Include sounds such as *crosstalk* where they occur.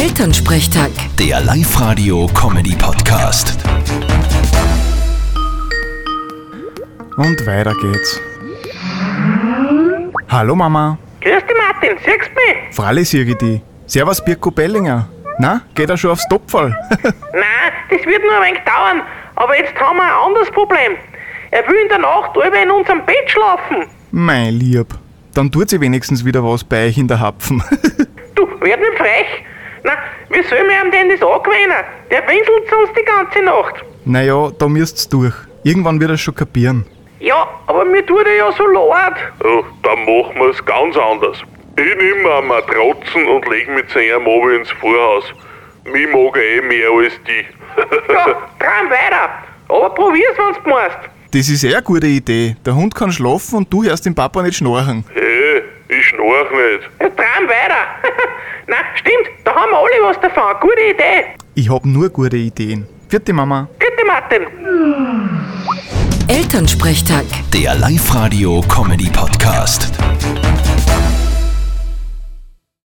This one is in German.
Elternsprechtag. Der Live-Radio-Comedy-Podcast. Und weiter geht's. Hallo Mama. Grüß dich, Martin. Siehst du mich? Fralle Sirgiti. Servus Birko Bellinger. Na, geht er schon aufs Topfall? *laughs* Nein, das wird nur ein wenig dauern. Aber jetzt haben wir ein anderes Problem. Er will in der Nacht alle in unserem Bett schlafen. mein Lieb. Dann tut sie wenigstens wieder was bei euch in der Hapfen. *laughs* Du, werd nicht frech. Na, wie soll mir ihm denn das angewöhnen? Der winselt uns die ganze Nacht. naja, da müsst's durch. Irgendwann wird er schon kapieren. Ja, aber mir tut er ja so leid. Oh, dann machen wir es ganz anders. Ich nehme eine Matratzen und leg mich zu einem Abend ins Vorhaus. Mich mag er eh mehr als die. *laughs* Ja, dran weiter. Aber probier's, wenn's du meinst. Das ist eh eine gute Idee. Der Hund kann schlafen und du hörst den Papa nicht schnarchen. hey, ich schnarch nicht. Ja, dran weiter. *laughs* Na, stimmt, da haben wir alle was davon. Gute Idee. Ich hab nur gute Ideen. Vierte Mama. Gute Martin. Elternsprechtag. Der Live-Radio-Comedy-Podcast.